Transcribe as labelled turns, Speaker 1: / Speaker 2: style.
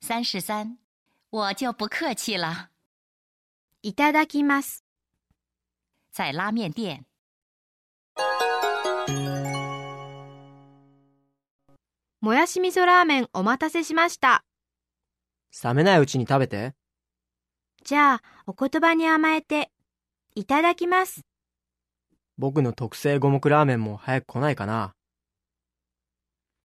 Speaker 1: 三十三，我就不客气了。
Speaker 2: いただきます。
Speaker 1: 在拉面店，
Speaker 2: もやし味噌ラーメンお待たせしました。
Speaker 3: 冷めないうちに食べて。
Speaker 2: じゃあ、お言葉に甘えて。いただきます。
Speaker 3: 僕の特製五目ラーメンも早く来ないかな。